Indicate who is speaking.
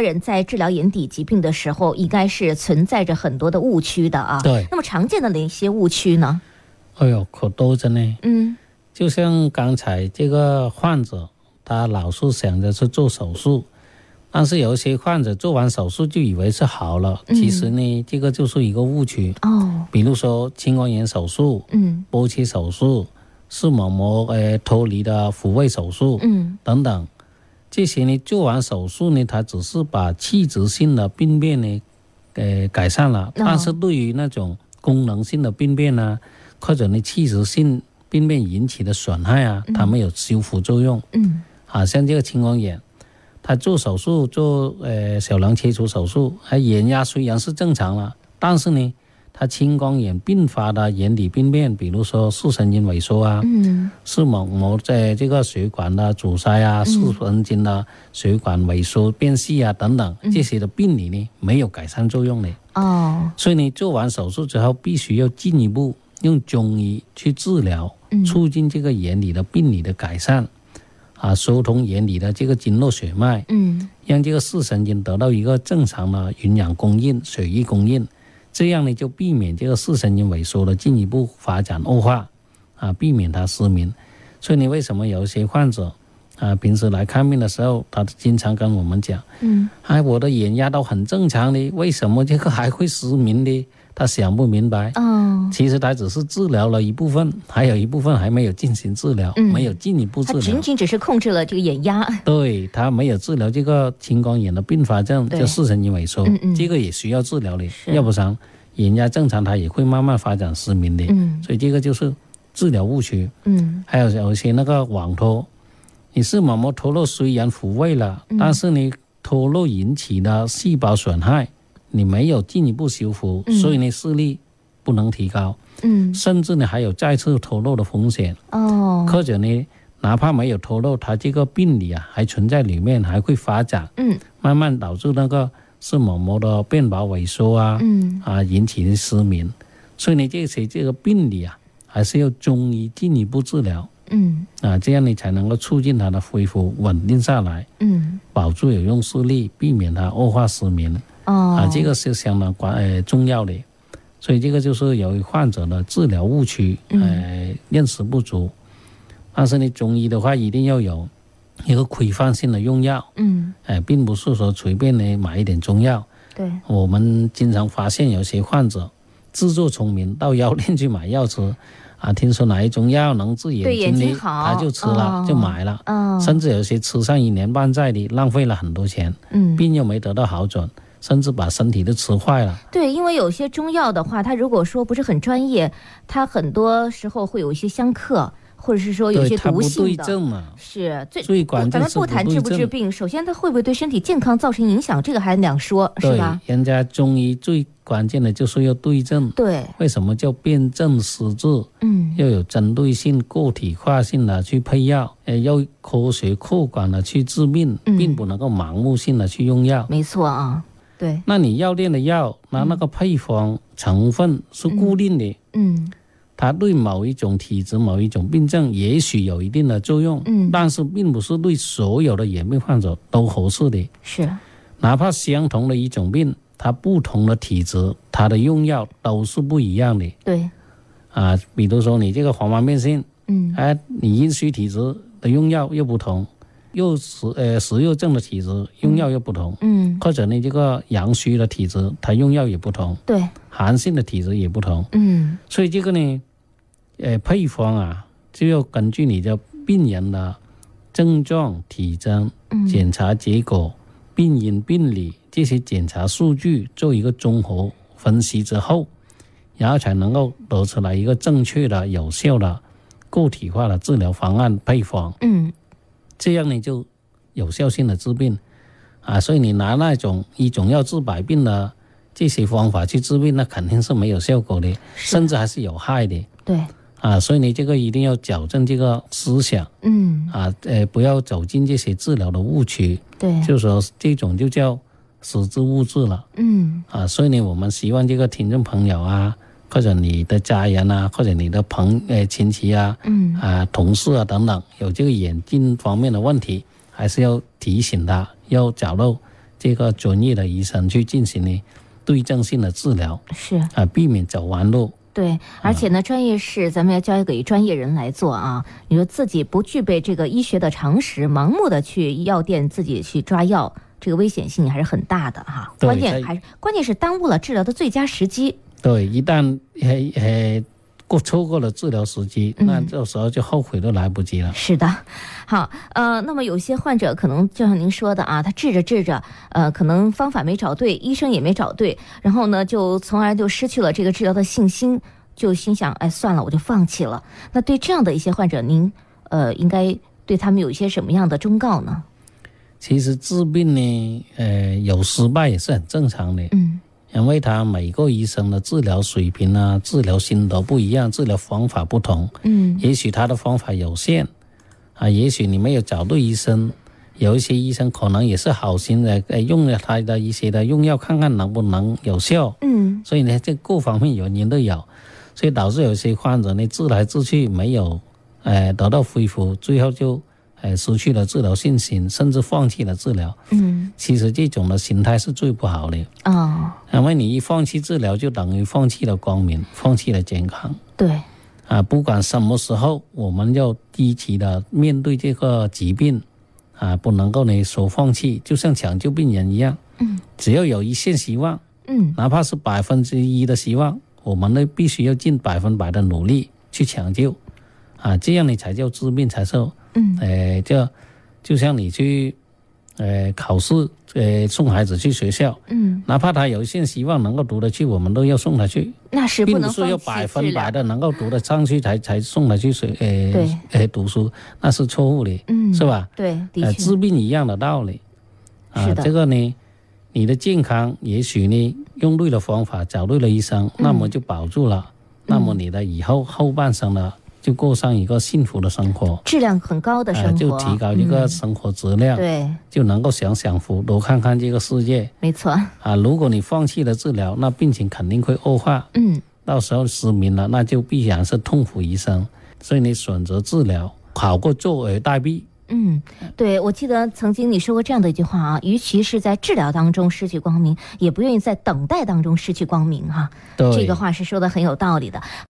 Speaker 1: 人在治疗眼底疾病的时候，应该是存在着很多的误区的啊。
Speaker 2: 对
Speaker 1: 那么常见的哪些误区呢？
Speaker 2: 哎呦，可多着呢。
Speaker 1: 嗯
Speaker 2: 就像刚才这个患者，他老是想着是做手术，但是有一些患者做完手术就以为是好了，
Speaker 1: 嗯
Speaker 2: 其实呢，这个就是一个误区。
Speaker 1: 哦
Speaker 2: 比如说青光眼手术、
Speaker 1: 嗯
Speaker 2: 波切手术、视网膜呃脱离的抚慰手术
Speaker 1: 嗯
Speaker 2: 等等，这些呢做完手术呢，它只是把器质性的病变呢，呃改善了，但是对于那种功能性的病变呢，或者呢器质性病变引起的损害啊，它没有修复作用。
Speaker 1: 嗯
Speaker 2: 啊，像这个青光眼，他做手术做呃小囊切除手术，还眼压虽然是正常了，但是呢，他青光眼并发的眼底病变，比如说视神经萎缩啊，
Speaker 1: 嗯
Speaker 2: 视网膜在这个血管的阻塞啊，视神经的血管萎缩变细啊等等这些的病理呢，没有改善作用的，
Speaker 1: 哦
Speaker 2: 所以呢，做完手术之后必须要进一步用中医去治疗。
Speaker 1: 嗯
Speaker 2: 促进这个眼底的病理的改善，啊，疏通眼底的这个经络血脉，
Speaker 1: 嗯
Speaker 2: 让这个视神经得到一个正常的营养供应、血液供应，这样呢就避免这个视神经萎缩的进一步发展恶化，啊，避免它失明。所以你为什么有一些患者啊，平时来看病的时候，他经常跟我们讲，
Speaker 1: 嗯
Speaker 2: 哎，我的眼压都很正常的，为什么这个还会失明的？他想不明白。
Speaker 1: 哦，
Speaker 2: 其实它只是治疗了一部分，还有一部分还没有进行治疗，
Speaker 1: 嗯
Speaker 2: 没有进一步治
Speaker 1: 它仅
Speaker 2: 疗。
Speaker 1: 仅只是控制了这个眼压。
Speaker 2: 对，它没有治疗这个青光眼的并发症，
Speaker 1: 对
Speaker 2: 叫视神经萎缩，
Speaker 1: 嗯嗯
Speaker 2: 这个也需要治疗的，
Speaker 1: 是
Speaker 2: 要不然眼压正常，它也会慢慢发展失明的。
Speaker 1: 嗯
Speaker 2: 所以这个就是治疗误区。
Speaker 1: 嗯
Speaker 2: 还有有一些那个网脱，你视网膜脱落虽然抚慰了，
Speaker 1: 嗯
Speaker 2: 但是你脱落引起的细胞损害，你没有进一步修复，
Speaker 1: 嗯
Speaker 2: 所以呢视力不能提高。
Speaker 1: 嗯
Speaker 2: 甚至呢还有再次脱落的风险。
Speaker 1: 哦
Speaker 2: 嗯或者呢，哪怕没有脱落，它这个病理啊还存在里面，还会发展，
Speaker 1: 嗯
Speaker 2: 慢慢导致那个视网膜的变薄萎缩啊，
Speaker 1: 嗯
Speaker 2: 啊引起的失明。所以呢，这些这个病理啊，还是要中医进一步治疗
Speaker 1: 嗯
Speaker 2: 啊，这样你才能够促进它的恢复，稳定下来，
Speaker 1: 嗯
Speaker 2: 保住有用视力，避免它恶化失明。
Speaker 1: 哦
Speaker 2: 啊，这个是相当关呃重要的，所以这个就是由于患者的治疗误区，
Speaker 1: 嗯
Speaker 2: 呃，认识不足。但是呢，中医的话一定要有一个规范性的用药，
Speaker 1: 嗯
Speaker 2: 呃，并不是说随便的买一点中药。
Speaker 1: 对
Speaker 2: 我们经常发现有些患者自作聪明，到药店去买药吃，啊，听说哪一种药能治眼
Speaker 1: 对眼
Speaker 2: 睛
Speaker 1: 睛
Speaker 2: 的，
Speaker 1: 好
Speaker 2: 他就吃了，就
Speaker 1: 哦
Speaker 2: 买了，
Speaker 1: 哦
Speaker 2: 甚至有些吃上一年半载的，浪费了很多钱。
Speaker 1: 嗯。
Speaker 2: 病又没得到好转，甚至把身体都吃坏了。
Speaker 1: 对，因为有些中药的话，它如果说不是很专业，它很多时候会有一些相克，或者是说哦有一些
Speaker 2: 对，它
Speaker 1: 毒
Speaker 2: 不对
Speaker 1: 性的。
Speaker 2: 症嘛，
Speaker 1: 是最
Speaker 2: 最关
Speaker 1: 咱
Speaker 2: 键
Speaker 1: 们
Speaker 2: 是
Speaker 1: 不谈治不
Speaker 2: 对
Speaker 1: 治
Speaker 2: 症。
Speaker 1: 病，首先它会不会对身体健康造成影响，这个还两说，是
Speaker 2: 对
Speaker 1: 吧？，
Speaker 2: 人家中医最关键的就是要对症。
Speaker 1: 对，
Speaker 2: 为什么叫辨证施治？
Speaker 1: 嗯
Speaker 2: 要有针对性、个体化性的去配药，呃，要科学客观的去治病，
Speaker 1: 嗯
Speaker 2: 并不能够盲目性的去用药。
Speaker 1: 没错啊，对，
Speaker 2: 那你药店的药，那那个配方成分是固定的，
Speaker 1: 嗯
Speaker 2: 它对某一种体质、某一种病症也许有一定的作用，
Speaker 1: 嗯
Speaker 2: 但是并不是对所有的眼病患者都合适的。
Speaker 1: 是，
Speaker 2: 哪怕相同的一种病，它不同的体质，它的用药都是不一样的
Speaker 1: 对，
Speaker 2: 啊。比如说你这个黄斑变性，
Speaker 1: 嗯
Speaker 2: 哎、你阴虚体质的用药又不同，又食呃食欲症的体质用药又不同，
Speaker 1: 嗯
Speaker 2: 或者你这个阳虚的体质，它用药也不同，
Speaker 1: 对，
Speaker 2: 寒性的体质也不同。
Speaker 1: 嗯
Speaker 2: 所以这个呢，呃，配方啊，就要根据你的病人的症状、体征、
Speaker 1: 嗯
Speaker 2: 检查结果、病因、病理这些检查数据做一个综合分析之后，然后才能够得出来一个正确的、有效的、个体化的治疗方案配方，
Speaker 1: 嗯
Speaker 2: 这样呢就有效性的治病啊。所以你拿那种一种药治百病的这些方法去治病，那肯定是没有效果的，
Speaker 1: 是
Speaker 2: 甚至还是有害的。
Speaker 1: 对，
Speaker 2: 啊，所以你这个一定要矫正这个思想
Speaker 1: 嗯
Speaker 2: 啊，呃，不要走进这些治疗的误区，
Speaker 1: 对，
Speaker 2: 就说这种就叫食之物质了
Speaker 1: 嗯
Speaker 2: 啊。所以呢，我们希望这个听众朋友啊，或者你的家人啊，或者你的朋呃亲戚啊、
Speaker 1: 嗯
Speaker 2: 啊同事啊等等，有这个眼睛方面的问题，还是要提醒他，要找到这个专业的医生去进行呢对症性的治疗
Speaker 1: 是
Speaker 2: 啊，避免走弯路。
Speaker 1: 对，而且呢，专业事咱们要交给专业人来做啊。你说自己不具备这个医学的常识，盲目的去药店自己去抓药，这个危险性还是很大的哈、
Speaker 2: 对
Speaker 1: 关键
Speaker 2: 它
Speaker 1: 还是关键是耽误了治疗的最佳时机。
Speaker 2: 对，一旦呃呃过错过了治疗时机，那
Speaker 1: 嗯
Speaker 2: 这时候就后悔都来不及了。
Speaker 1: 是的，好，呃，那么有些患者可能就像您说的啊，他治着治着，呃，可能方法没找对，医生也没找对，然后呢，就从而就失去了这个治疗的信心，就心想，哎，算了，我就放弃了。那对这样的一些患者，您呃，应该对他们有一些什么样的忠告呢？
Speaker 2: 其实治病呢，呃，有失败也是很正常的，
Speaker 1: 嗯，
Speaker 2: 因为他每个医生的治疗水平啊、治疗心得不一样，治疗方法不同，
Speaker 1: 嗯，
Speaker 2: 也许他的方法有限，啊，也许你没有找对医生，有一些医生可能也是好心的，呃，用了他的一些的用药，看看能不能有效。
Speaker 1: 嗯，
Speaker 2: 所以呢，这各方面原因都有，所以导致有些患者呢治来治去没有，呃，得到恢复，最后就呃失去了治疗信心，甚至放弃了治疗。
Speaker 1: 嗯，
Speaker 2: 其实这种的心态是最不好的，
Speaker 1: 哦，
Speaker 2: 因为你一放弃治疗，就等于放弃了光明，放弃了健康。
Speaker 1: 对，
Speaker 2: 啊，不管什么时候，我们要积极的面对这个疾病，啊，不能够呢说放弃，就像抢救病人一样，
Speaker 1: 嗯，
Speaker 2: 只要有一线希望，
Speaker 1: 嗯，
Speaker 2: 哪怕是百分之一的希望，我们呢必须要尽百分百的努力去抢救，啊，这样你才叫治病，才是，
Speaker 1: 嗯，
Speaker 2: 呃，这就像你去，呃，考试，呃，送孩子去学校，
Speaker 1: 嗯，
Speaker 2: 哪怕他有一线希望能够读得去，我们都要送他去，
Speaker 1: 那是
Speaker 2: 并
Speaker 1: 不
Speaker 2: 不
Speaker 1: 能
Speaker 2: 是
Speaker 1: 放
Speaker 2: 要
Speaker 1: 弃
Speaker 2: 百
Speaker 1: 治
Speaker 2: 分
Speaker 1: 疗
Speaker 2: 百，的能够读得上去才才送他去学
Speaker 1: 对
Speaker 2: 呃呃读书，那是错误的，
Speaker 1: 嗯，
Speaker 2: 是？吧？
Speaker 1: 对，
Speaker 2: 呃，
Speaker 1: 的确
Speaker 2: 治，病一样的道理。啊
Speaker 1: 是，的
Speaker 2: 这个呢，你的健康也许呢用对了方法，找对了医
Speaker 1: 嗯
Speaker 2: 生，那么就保住了，那么你的以后后半生呢，就过上一个幸福的生活。
Speaker 1: 质量很高的
Speaker 2: 啊，
Speaker 1: 生活，
Speaker 2: 就提高一个
Speaker 1: 嗯
Speaker 2: 生活质量，
Speaker 1: 对，
Speaker 2: 就能够享享福，多看看这个世界
Speaker 1: 没错，
Speaker 2: 啊！如果你放弃了治疗，那病情肯定会恶化，
Speaker 1: 嗯
Speaker 2: 到时候失明了，那就必然是痛苦一生。所以你选择治疗，好过坐而待毙。
Speaker 1: 嗯，对，我记得曾经你说过这样的一句话啊，与其是在治疗当中失去光明，也不愿意在等待当中失去光明哈、
Speaker 2: 对，
Speaker 1: 这个话是说的很有道理的。